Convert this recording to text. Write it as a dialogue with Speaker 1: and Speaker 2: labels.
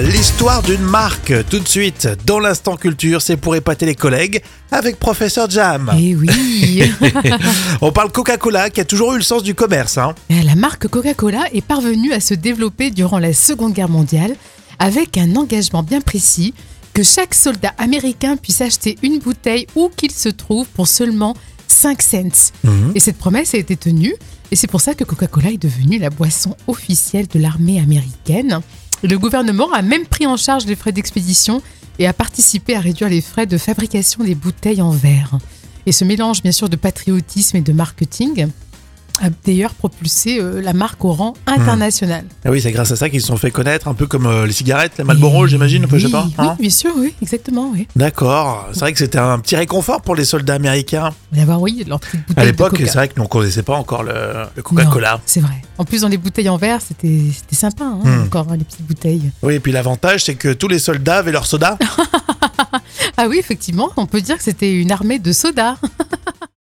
Speaker 1: L'histoire d'une marque, tout de suite, dans l'instant culture, c'est pour épater les collègues avec Professeur Jam.
Speaker 2: Eh oui
Speaker 1: On parle Coca-Cola qui a toujours eu le sens du commerce. hein.
Speaker 2: Eh, La marque Coca-Cola est parvenue à se développer durant la Seconde Guerre mondiale avec un engagement bien précis que chaque soldat américain puisse acheter une bouteille où qu'il se trouve pour seulement 5 cents.
Speaker 1: Mhm.
Speaker 2: Et cette promesse a été tenue et c'est pour ça que Coca-Cola est devenue la boisson officielle de l'armée américaine. Le gouvernement a même pris en charge les frais d'expédition et a participé à réduire les frais de fabrication des bouteilles en verre. Et ce mélange bien sûr de patriotisme et de marketing a d'ailleurs propulsé euh, la marque au rang international.
Speaker 1: Ah oui, c'est grâce à ça qu'ils se sont fait connaître, un peu comme euh, les cigarettes, la Marlboro, j'imagine, je
Speaker 2: oui,
Speaker 1: sais pas.
Speaker 2: oui,
Speaker 1: hein.
Speaker 2: bien sûr, oui, exactement, oui.
Speaker 1: D'accord, c'est vrai que c'était un petit réconfort pour les soldats américains.
Speaker 2: D'avoir, oui, leur petite bouteille
Speaker 1: À
Speaker 2: de
Speaker 1: l'époque,
Speaker 2: Coca.
Speaker 1: c'est vrai que nous ne connaissait pas encore le, le Coca-Cola.
Speaker 2: Non, C'est vrai. En plus, dans les bouteilles en verre, c'était c'était sympa, hein,
Speaker 1: Hmm.
Speaker 2: encore hein, les petites bouteilles.
Speaker 1: Oui, et puis l'avantage, c'est que tous les soldats avaient leur soda.
Speaker 2: Ah oui, effectivement, on peut dire que c'était une armée de soda.